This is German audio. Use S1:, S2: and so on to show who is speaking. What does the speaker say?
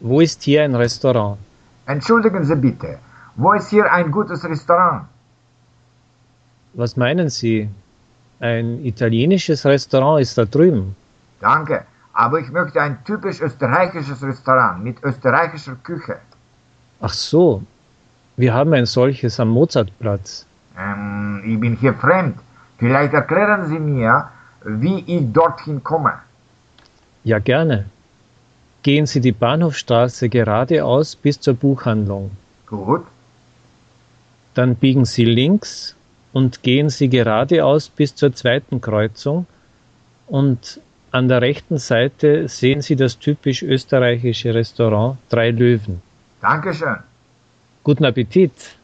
S1: Wo ist hier ein Restaurant?
S2: Entschuldigen Sie bitte, wo ist hier ein gutes Restaurant?
S1: Was meinen Sie? Ein italienisches Restaurant ist da drüben.
S2: Danke, aber ich möchte ein typisch österreichisches Restaurant mit österreichischer Küche.
S1: Ach so, wir haben ein solches am Mozartplatz.
S2: Ähm, ich bin hier fremd. Vielleicht erklären Sie mir, wie ich dorthin komme.
S1: Ja, gerne. Gehen Sie die Bahnhofstraße geradeaus bis zur Buchhandlung.
S2: Gut,
S1: Dann biegen Sie links und gehen Sie geradeaus bis zur zweiten Kreuzung und an der rechten Seite sehen Sie das typisch österreichische Restaurant Drei Löwen.
S2: Dankeschön.
S1: Guten Appetit!